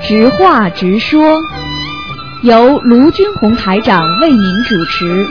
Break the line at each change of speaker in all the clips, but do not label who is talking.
直话直说，由卢军红台长为您主持。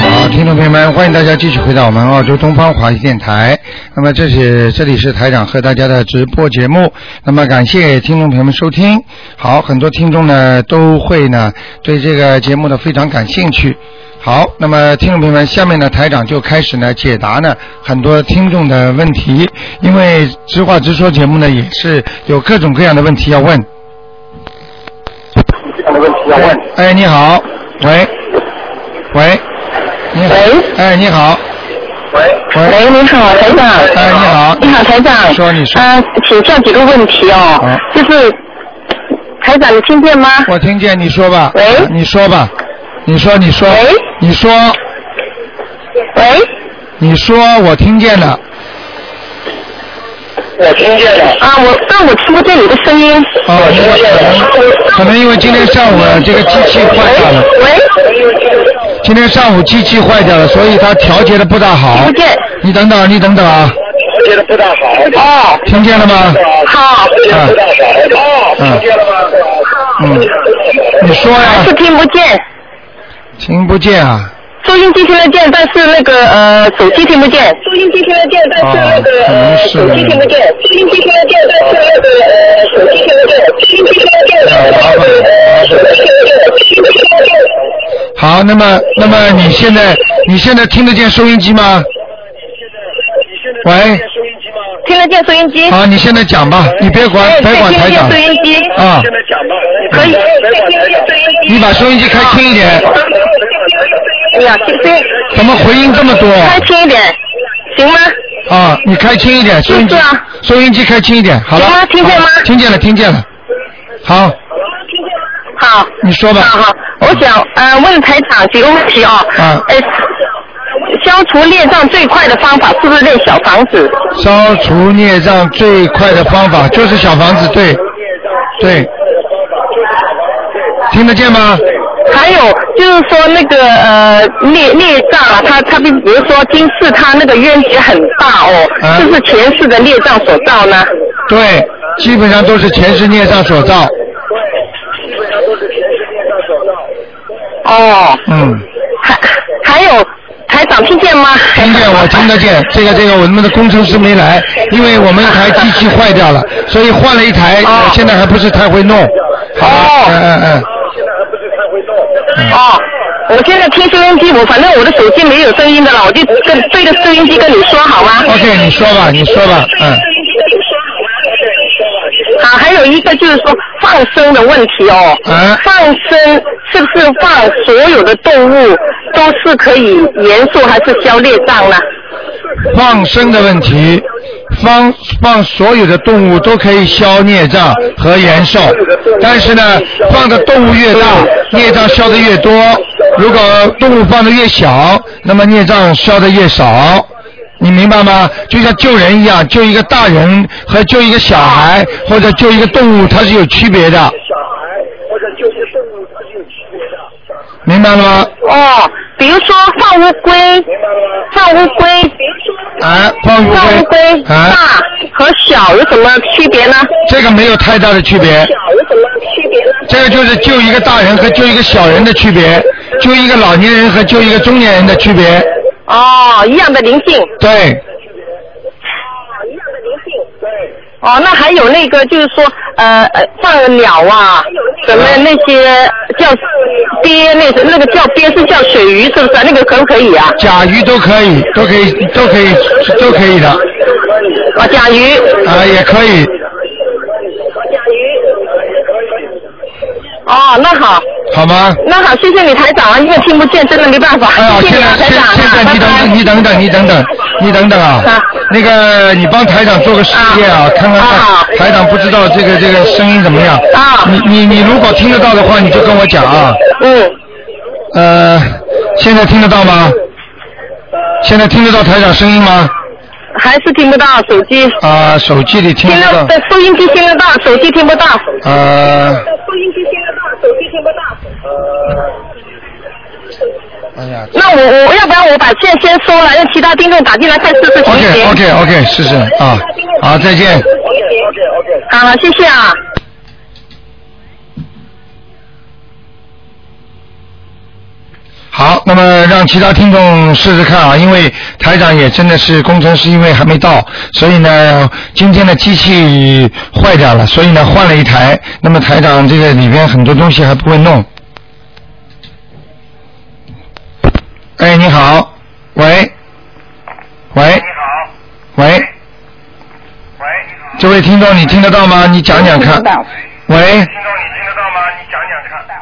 好，听众朋友们，欢迎大家继续回到我们澳洲东方华语电台。那么这是这里是台长和大家的直播节目。那么感谢听众朋友们收听。好，很多听众呢都会呢对这个节目呢非常感兴趣。好，那么听众朋友们，下面呢台长就开始呢解答呢很多听众的问题，因为直话直说节目呢也是有各种各样的问题要问。
这样的问题要问。
哎，你好，喂，喂，你好，
喂
哎，你好，
喂，
喂，
喂，你好，台长。
哎你好
你好，台长。
你说你说
啊，请教几个问题
好
哦，就是台长，你听见吗？
我听见你说吧，
喂
你说吧，你说，你说
喂，
你说，
喂，
你说，我听见了，
我听见了。啊，我但我听不见你的声音。
哦，因为可能可能因为今天上午啊这个机器坏掉了，
喂，
今天上午机器坏掉了，所以它调节的不大好
听不。见。
你等等，你等等啊，
觉得不大好。哦。
听见了吗？
好。
嗯
大好。哦
嗯
了吗？
嗯，你说
还
呀
啊是，听不见，
听不见啊。
收音机听得见，但是那个呃手机听不见。收音机听得见，但
是那个哦哦可能是呃手机听不
见。收音机听得见，但是那个呃手机听不见。收音机听得见，
但是那个呃手
机听不见。
好，那么那么你现在你现在听得见收音机吗？喂，
听得见收音机。
好，你现在讲吧，你别管
哎
别管台长
对听得见收音机。
啊，
可以。
你把收音机开轻一点，哦
哎呀，听不见。
怎么回音这么多
开轻一点，行吗？
啊？你开轻一点，收音机
是啊
收音机开轻一点，好了
行吗，听见吗
好听见了，听见了。好，
好。
你说吧。
好好，我想呃问台长几个问题哦。
啊
呃，消除孽障最快的方法是不是练小房子？
消除孽障最快的方法就是小房子，对，对，听得见吗？
还有就是说那个呃孽孽障啊，他他比比如说今世他那个冤结很大哦，
啊
是不是前世的孽障所造呢？
对，基本上都是前世孽障所造。
哦，
嗯，
还还有台长听见吗？
听见我听得见，这个这个我们的工程师没来，因为我们一台机器坏掉了，所以换了一台，呃
哦
现在还不是太会弄。好吧
哦
嗯嗯嗯，
哦，我现在听收音机，我反正我的手机没有声音的了，我就跟对着收音机跟你说好吗？
OK，你说吧，你说吧，嗯，
好，啊还有一个就是说放生的问题哦。
嗯
放生是不是放所有的动物都是可以延寿还是消孽障呢？
放生的问题，放放所有的动物都可以消孽障和延寿，但是呢，放的动物越大，孽障消的越多；如果动物放的越小，那么孽障消的越少。你明白吗？就像救人一样，救一个大人和救一个小孩，或者救一个动物，它是有区别的，明白了吗？
哦，比如说放乌龟，放乌龟，
啊，放乌
放乌
龟
龟，
啊，
大和小有什么区别呢？
这个没有太大的区别。
有什么区别呢？
这个就是救一个大人和救一个小人的区别，救一个老年人和救一个中年人的区别。
哦，一样的灵性。
对，
哦，那还有那个就是说，呃，呃放鸟啊，什么那些叫鳖，那个那个叫鳖是叫水鱼是不是啊？那个可不可以啊？
甲鱼都可以，都可以，都可以，都可以的，
啊，甲鱼。
啊，也可以。
哦，那好，
好吗？
那好，谢谢你台长啊，因为听不见，真的没办法。
哎呀，
谢谢
现
你啊，
在
台
现
长啊，
现在你等等，你等
拜拜
等，你等等，你等等啊
啊！
那个，你帮台长做个实验啊
啊，
看看
啊
台台长不知道这个这个声音怎么样。
啊
你你你如果听得到的话，你就跟我讲啊。
嗯，
呃，现在听得到吗？现在听得到台长声音吗？
还是听不到手机，
啊，手机里听
听
得
得
到。
收音机听得到，手机听不到。
呃，
收音机听得到，手机听不到。
哎呀
那我我要不然我把线先收了，让其他听众打进来看是不是同
OK 哦
行。
OK OK，试试啊。好，再见。
好，谢谢啊。
好，那么让其他听众试试看啊，因为台长也真的是工程师，因为还没到，所以呢，今天的机器坏掉了，所以呢换了一台。那么台长这个里边很多东西还不会弄。哎，你好，喂，喂，喂，
喂，
这位听众，你听得到吗？你讲讲看
听得到。
喂，
听众你听得到吗？你讲讲看。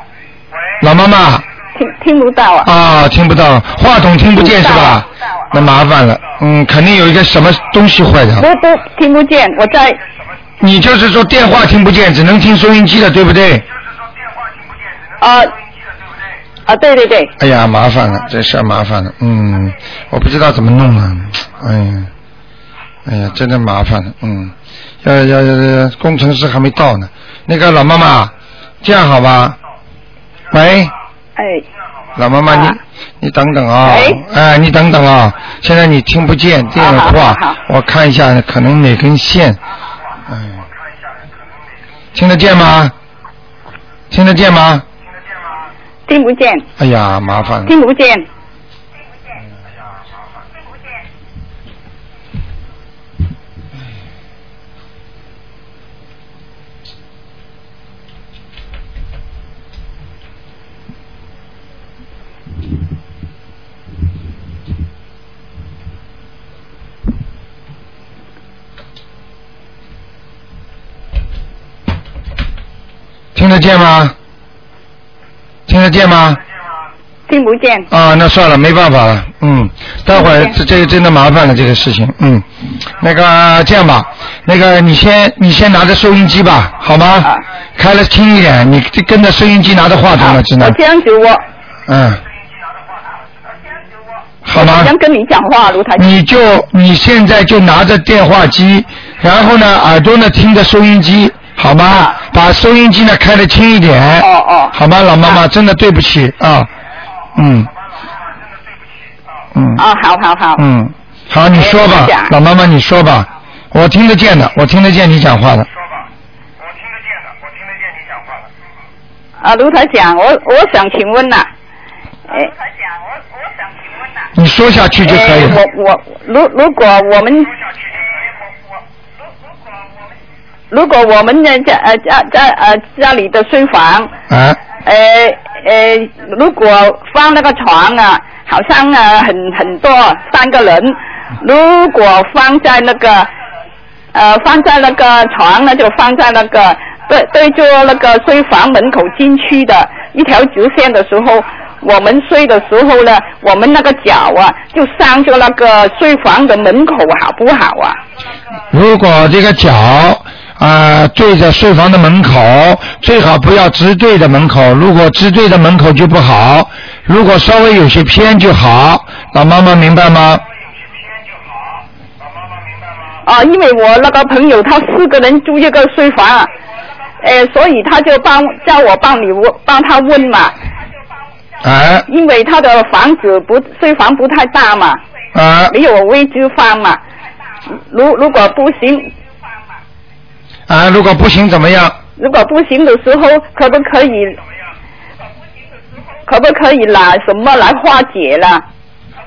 喂，
老妈妈。
听听不到啊。
啊，听不到，话筒听不啊见是吧？那麻烦了，嗯，肯定有一个什么东西坏掉
不。不，听不见，我在
你就是说电话听不见，只能听收音机的，对不对？
啊啊，对对对，
哎呀，麻烦了，这事儿麻烦了，嗯，我不知道怎么弄啊，哎呀，哎呀，真的麻烦了，嗯，要要要要，工程师还没到呢。那个老妈妈，这样好吧？喂，
哎，
老妈妈，你
啊
你等等啊
喂，
哎，你等等啊，现在你听不见电
好好
话
好，
我看一下，可能哪根线，哎，听得见吗？听得见吗？
听不见，
哎呀，麻烦了。
听不见，啊
听得见吗？听得见吗？
听不见，
啊，那算了，没办法了，嗯，待会儿
听不见
这这个真的麻烦了，这个事情，嗯，那个这样吧，那个你先你先拿着收音机吧，好吗？
啊
开了轻一点，你跟着收音机拿着话筒
啊
了，只
我
能
这，样子我
嗯，好吗
我？想跟你讲话，卢台长，
嗯你就你现在就拿着电话机，然后呢，耳朵呢听着收音机，好吗？
啊
把收音机呢开的轻一点。
哦哦
好吗，老妈妈，
啊
真的对不起啊。嗯。嗯。
啊，好好好，
嗯，好，你说吧
我讲，
老妈妈，你说吧，我听得见的，我听得见你讲话的。
说吧，我听得见的，我听得见你讲话了。啊，卢台长，我我想请问呐、
啊
哎，
你说下去就可以
哎，
了。
我我如如果我们哎如果我们的家呃家家呃家里的睡房，
啊，
呃呃，如果放那个床啊，好像啊很很多三个人，如果放在那个呃放在那个床呢，就放在那个对对着那个睡房门口进去的一条直线的时候。我们睡的时候呢，我们那个脚啊，就上着那个睡房的门口，好不好啊？
如果这个脚啊、对着睡房的门口，最好不要直对着门口。如果直对着门口就不好，如果稍微有些偏就好。老妈妈明白吗？
啊，因为我那个朋友他四个人住一个睡房，呃，所以他就帮叫我帮你问帮他问嘛，
哎
因为他的房子不睡房不太大嘛，
啊
没有位置放嘛。如如果不行，
啊！如果不行怎么样？
如果不行的时候，可不可以？可不可以拿什么来化解呢？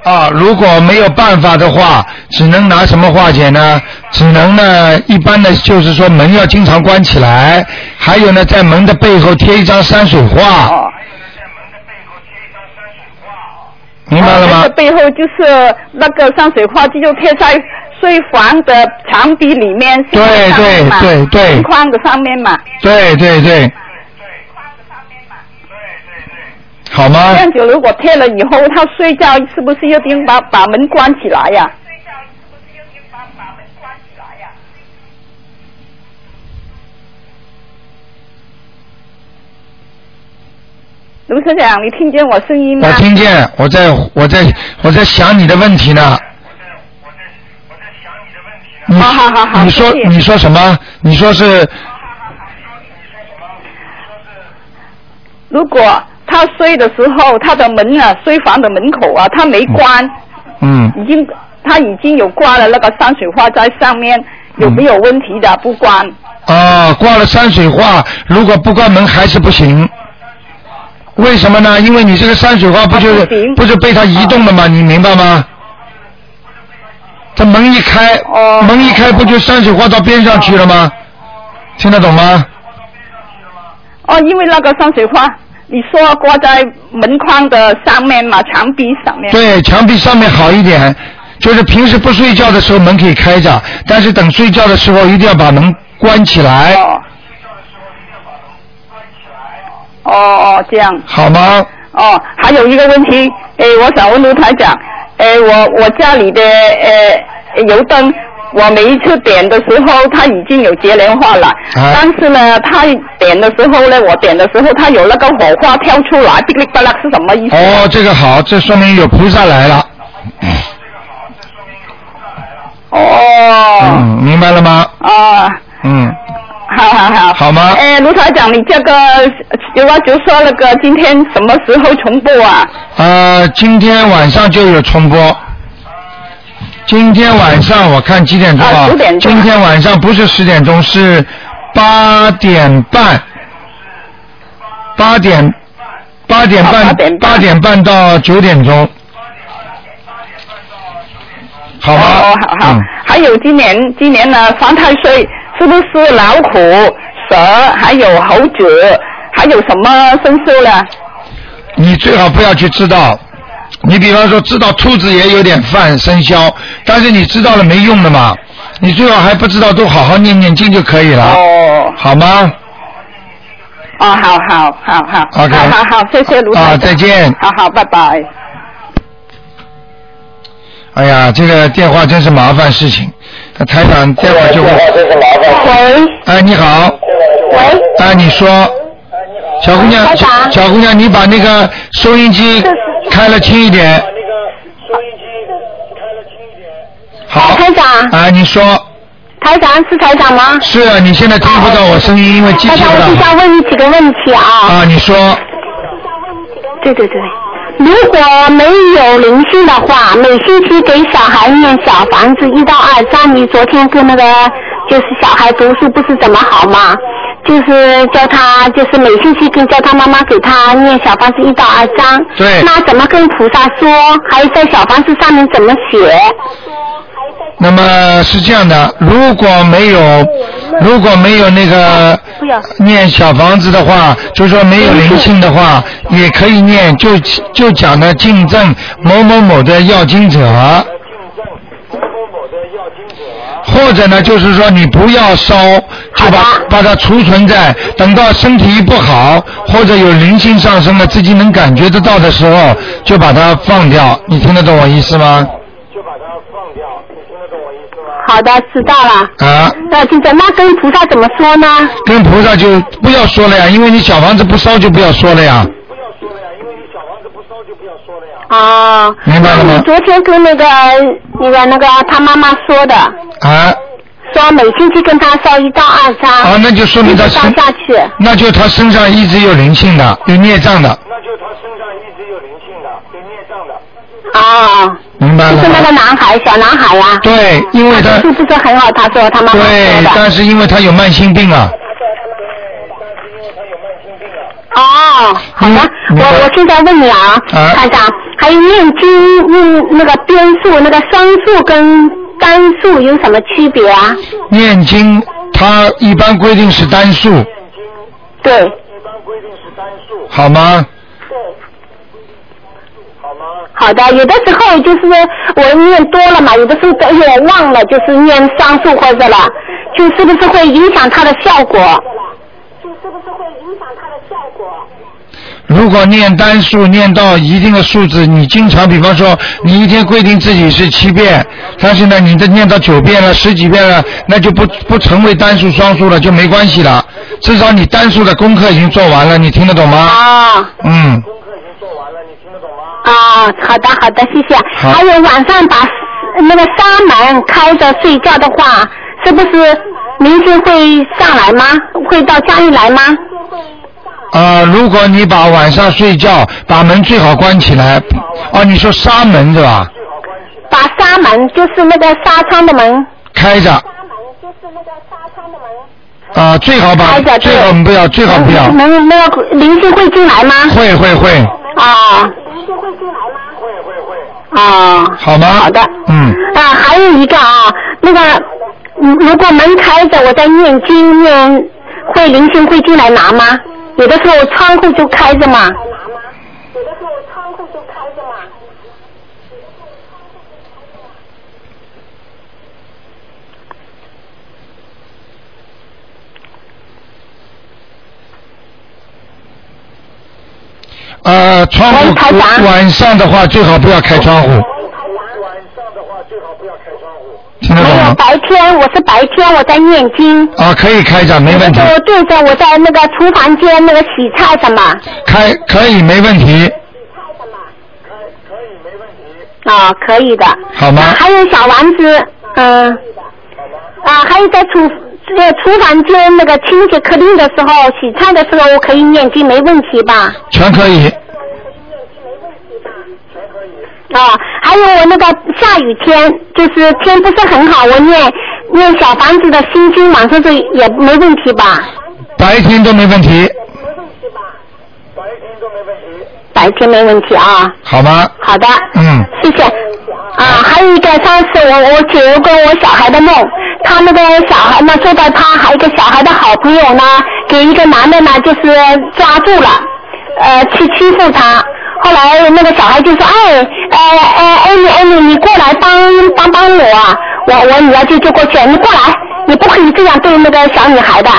啊，如果没有办法的话，只能拿什么化解呢？只能呢，一般的就是说门要经常关起来，还有呢，在门的背后贴一张山水画，
哦，
明白了
那
吗
啊个？背后就是那个山水画，就贴在睡房的墙壁里面，
对
上面嘛
对对对
框的上面嘛。
对对对，好吗
这？样子如果贴了以后，他睡觉是不是一定把把门关起来呀、卢科长，你听见我声音吗
我？听见，我在我在我在想你的问题呢。你
好好好好
你说
谢谢
你说什么？你说是
如果他睡的时候，他的门啊，睡房的门口啊，他没关，
嗯
已经他已经有挂了那个山水画在上面，有没有问题的？不关。
啊，挂了山水画，如果不关门还是不行。为什么呢？因为你这个山水画不就是、
啊不行啊
就被它移动了吗？你明白吗？这门一开，
哦
门一开，不就山水画到边上去了吗？听得懂吗？
哦，因为那个山水画，你说挂在门框的上面嘛，墙壁上面。。
对，墙壁上面好一点，就是平时不睡觉的时候门可以开着，但是等睡觉的时候一定要把门关起来，
哦。哦哦，这样。
好吗？
哦，还有一个问题，诶，我想问卢台长，诶，我我家里的诶油灯，我每一次点的时候，它已经有接莲花了，
啊
但是呢，它点的时候呢，我点的时候，它有那个火花飘出来，噼里啪啦是什么意思？
哦，这个好，这说明有菩萨来了。
哦，
嗯，明白了吗？
啊，
嗯，
好好好，哎
好吗
诶，卢台长，你这个有啊，就说那个今天什么时候重播啊？
呃，今天晚上就有重播。今天晚上我看几点钟啊？
啊9点钟
今天晚上不是十点钟，是八点半。八点，八点
啊
半
8点，半
八点半到九点钟。好吗？
哦，好好。
嗯
还有今年，今年呢，犯太岁是不是老虎、蛇，还有猴子，还有什么生肖呢？
你最好不要去知道。你比方说知道兔子也有点犯生肖，但是你知道了没用的嘛，你最好还不知道，都好好念念经就可以了，
哦，
好吗？
哦，好好好好
OK
好好好，谢谢卢
啊
台长
再见
好好，拜拜。
哎呀，这个电话真是麻烦事情，那台长待会儿就会。
喂
哎，你好，
喂，
哎，你说，小姑娘，
台
小
长
小姑娘，你把那个收音机开了轻一点。好，
台长
哎，你说，
台长是台长吗？
是啊你现在听不到我声音，因为机
台
器
长，
不
我
大
就
好
想。问你几个问题啊。
啊，你说
对对对，如果没有灵性的话，每星期给小孩念小房子一到二章，你昨天跟那个就是小孩读书不是怎么好吗？就是叫他，就是每星期跟叫他妈妈给他念小房子一到二章。
对
那怎么跟菩萨说？还有在小房子上面怎么写？
那么是这样的，如果没有如果没有那个
不要
念小房子的话，就说没有灵性的话，也可以念，就就讲的敬赠某某某的要经者。或者呢，就是说你不要烧，就把
好的
把它储存在，等到身体一不好或者有灵性上升了，自己能感觉得到的时候，就把它放掉。你听得懂我意思吗？
好的，知道了。
啊，
那金正，那跟菩萨怎么说呢？
跟菩萨就不要说了呀，因为你小房子不烧就不要说了呀。
哦，
明白了吗
那你昨天跟那个那个那个他妈妈说的，
啊
说每星期跟他烧一到二张，
啊，那就说
一
明
直
他
烧
身，
下去。
那就他身上一直有灵性的，有孽障的，
哦，
明白
就
了
是那个
吗？
男孩，小男孩呀、
对，啊因为他
是不是很好？他说他妈妈说
对，
的。
但是因为他有慢性病啊，
哦，好的，
嗯明白
我我现在问你啊，
啊
台长，还有念经念那个边数，那个双数跟单数有什么区别啊？
念经他一般规定是单数，
对，
好吗？
好的，有的时候就是我念多了嘛，有的时候我忘了，就是念双数或者了，就是不是会影响它的效果？
如果念单数念到一定的数字，你经常，比方说，你一天规定自己是七遍，但是呢，你这念到九遍了、十几遍了，那就不不成为单数、双数了，就没关系了。至少你单数的功课已经做完了，你听得懂吗？
啊
嗯，
啊，好的好的，谢谢。
好
还有晚上把那个纱门开着睡觉的话，是不是明天会上来吗？会到家里来吗？
啊、如果你把晚上睡觉把门最好关起来，哦，你说纱门是吧？
把纱门就是那个纱窗的门
开着，啊，最好把
哎对对
最好不要，最好不要，
能那个灵性会进来吗？
会会会，
啊。啊，
好吗？
好的
嗯，
啊，还有一个啊，那个，嗯如果门开着，我在念经念，会灵性会进来拿吗？有的时候窗户就开着嘛。
呃，窗户
喂台长
晚上的话最好不要开窗户。听得
没
懂
有
吗？
白天，我是白天我在念经，
啊，可以开着，没问题
就，对着我在那个厨房间那个洗菜的嘛。
开可以没问题，
啊，可以的。
好吗
啊还有小丸子，嗯、啊，还有在厨呃厨房间那个清洁客厅的时候，洗菜的时候我可以念经，没问题吧？
全可以。
啊，还有我那个下雨天，就是天不是很好，我念念小房子的心经，晚上这也没问题吧？
白天都没问题，
白天没问题啊，
好吗？
好的。
嗯，
谢谢。啊，还有一个，上次我我解了个我小孩的梦，他那个小孩呢，做到他还有一个小孩的好朋友呢，给一个男的呢，就是抓住了，呃，去欺负他。后来那个小孩就说：“哎，呃呃，艾米艾米，你过来帮帮帮我啊！我我女儿就就过去了，你过来，你不可以这样对那个小女孩的。”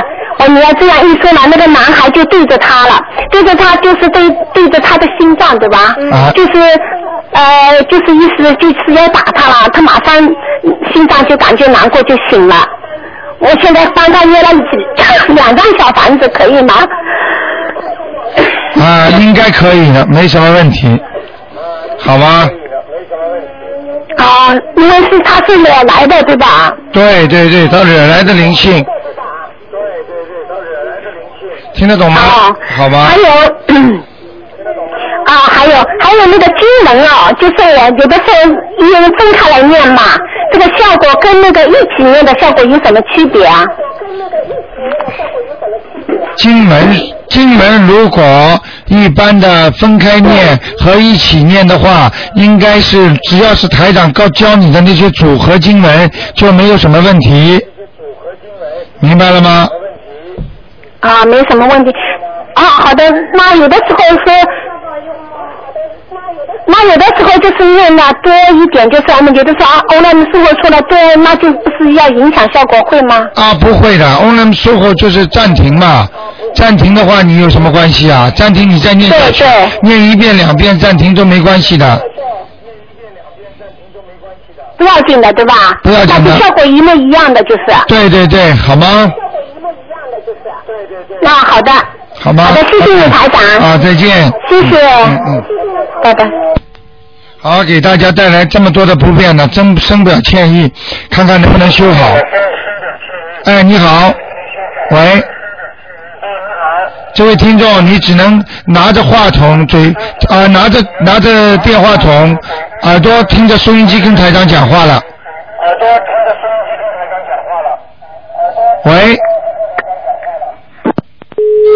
我女儿这样一说呢，那个男孩就对着她了，对着她就是对对着她的心脏，对吧？
啊
就是呃，就是意思就是要打他了，他马上心脏就感觉难过就醒了。我现在帮他捏了几两张小房子，可以吗？
啊，应该可以的，没什么问题，好吗？
啊，因为是他是惹来的，对吧？
对对对，他惹来的灵性。听得懂吗？
哦，
好吧
还，有。 啊，还有还有那个经文哦，就是我有的时候一人分开来念嘛，这个效果跟那个一起念的效果有什么区别啊？
经门经门如果一般的分开念和一起念的话，应该是只要是台长告教你的那些组合经文就没有什么问题。明白了吗？
啊，没什么问题。啊，好的，那有的时候说，那有的时候就是念的多一点，就是我们有的时候啊，欧莱姆师傅说的多，那就不是要影响效果会吗？
啊，不会的，Onam s o 就是暂停嘛。暂停的话，你有什么关系啊？暂停你再念下去
对对，
念一遍两遍暂停都没关系的。
不要紧的，对吧？
不要紧的
那就效果一模一样的，就是。
对对对，好吗？
那好的，
好吗？
好的谢谢你台长
啊，再见。
谢谢，
嗯嗯。
拜拜。
好，给大家带来这么多的不便呢，真深表歉意，看看能不能修好。哎，你好，喂，这位听众，你只能拿着话筒，嘴啊、拿着拿着电话筒，耳朵听着收音机跟台长讲话了。喂，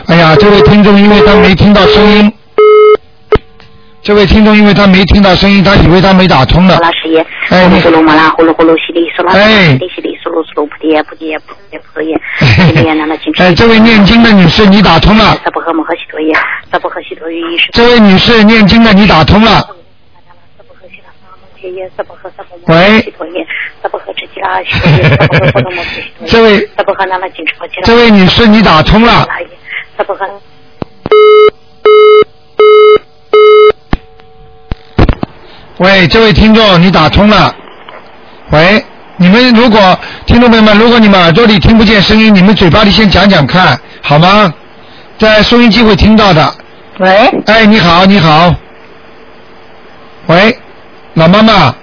哎呀，这位听众，因为他没听到声音。这位听众因为他没听到声音，他以为他没打通了
好。了，师爷，
哎
呼
你
噜呼噜嘛啦，呼噜呼噜，稀里嗦啦，
哎
稀里稀里嗦噜嗦噜，扑蝶扑蝶扑蝶扑蝶，
哎
嘿
稀
嘿
里呀啦啦，金
哎，这位念经的女士，你打通了。
萨婆诃摩诃悉陀耶，萨婆诃悉陀耶，一时
这位女士念经的，你打通了。
萨婆诃悉陀摩揭耶，萨婆诃萨婆摩
喂
诃悉陀耶，萨婆诃直吉拉悉陀耶，萨婆诃波罗摩诃悉陀耶，
这位
萨婆诃那拉紧持摩揭拉
这位女士，你打通了。
拉耶，萨婆诃。
喂，这位听众，你打通了。喂，你们如果听众朋友们，如果你们耳朵里听不见声音，你们嘴巴里先讲讲看，好吗？在收音机会听到的。
喂，
哎，你好，你好。喂，老妈妈，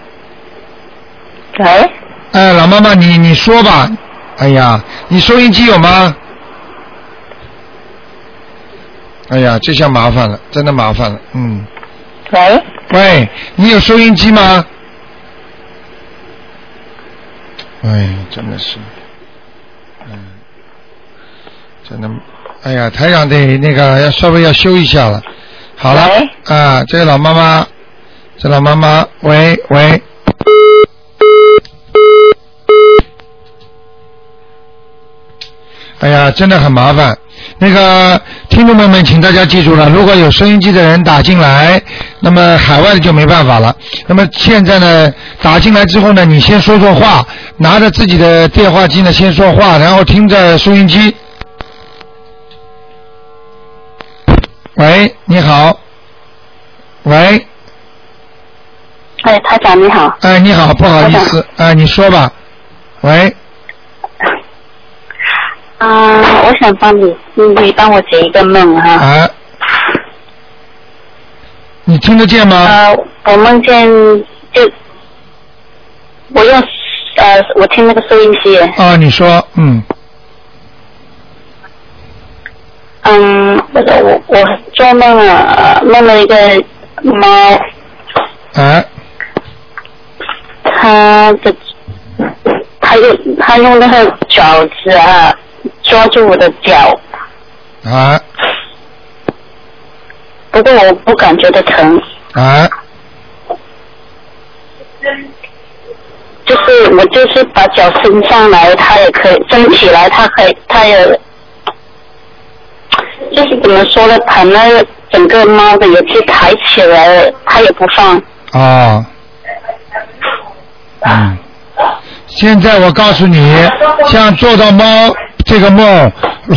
喂，
哎，老妈妈，你你说吧。哎呀，你收音机有吗？哎呀，这下麻烦了，真的麻烦了，嗯。
喂，
喂，你有收音机吗？哎，真的是。嗯，真的，哎呀，台长得那个要稍微要修一下了。好了
喂，
啊，这个老妈妈，这老妈妈，喂喂。哎呀，真的很麻烦。那个听众朋友们，请大家记住了，如果有收音机的人打进来，那么海外的就没办法了。那么现在呢，打进来之后呢，你先说说话，拿着自己的电话机呢先说话，然后听着收音机。喂，你好。喂，
哎，台长你好，
哎，你好，不好意思，哎，你说吧。喂，
啊、我想帮你，你可以帮我解一个梦哈、
啊，你听得见吗？
呃，我梦见就我用呃，我听那个收音机，
啊，你说，嗯，
嗯，我我我做梦了，呃梦了一个猫，
哎，
它的它用它用那个爪子啊抓住我的脚，
啊，
不过我不感觉得疼，
啊，
就是我就是把脚伸上来，它也可以伸起来，它可以它也。就是怎么说呢，把那个整个猫的也去抬起来，它也不放。
哦，嗯，现在我告诉你，像做到猫这个梦，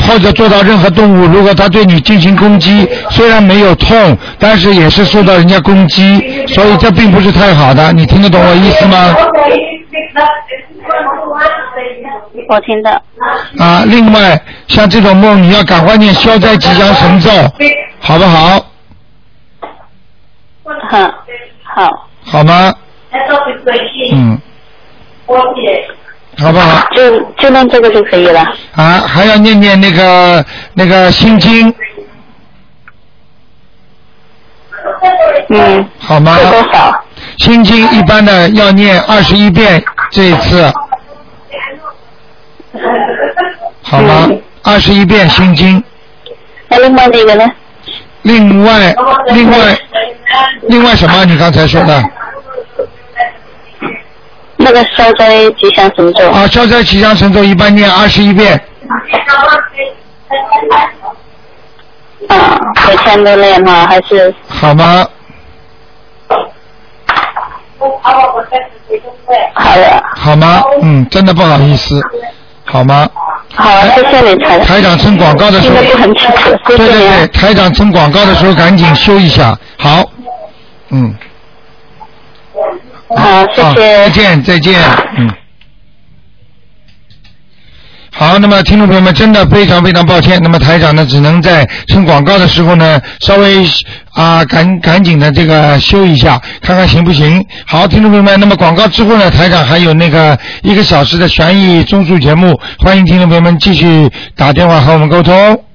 或者做到任何动物，如果它对你进行攻击，虽然没有痛，但是也是受到人家攻击，所以这并不是太好的。你听得懂我意思吗？
我听到，
啊，另外像这种梦，你要赶快念消灾吉祥神咒，好不好？
哼，嗯好，
好吗？嗯，好不好？
就就弄这个就可以了。
啊，还要念念那个那个心经，
嗯，
好吗
是？多少？
心经一般的要念二十一遍，这一次，好吗
嗯？
二十一遍心经。
那另外那个呢？
另外，另外，另外什么？你刚才说的
那个消灾吉祥神咒。
啊？消灾吉祥神咒一般念二十一遍，
啊，每天都练吗？还是
好吗？
好的？
好吗？嗯，真的不好意思，好吗？
好啊，谢谢你，台长。
台长趁广告的时
听
候
得，不很清楚，谢
对对
谢你
对，
啊。
台长趁广告的时候赶紧修一下，好，嗯。
好，谢
啊
谢。
再见，再见，嗯。好，那么听众朋友们，真的非常非常抱歉，那么台长呢，只能在听广告的时候呢，稍微啊赶赶紧的这个修一下，看看行不行。好，听众朋友们，那么广告之后呢，台长还有那个一个小时的悬疑综述节目，欢迎听众朋友们继续打电话和我们沟通。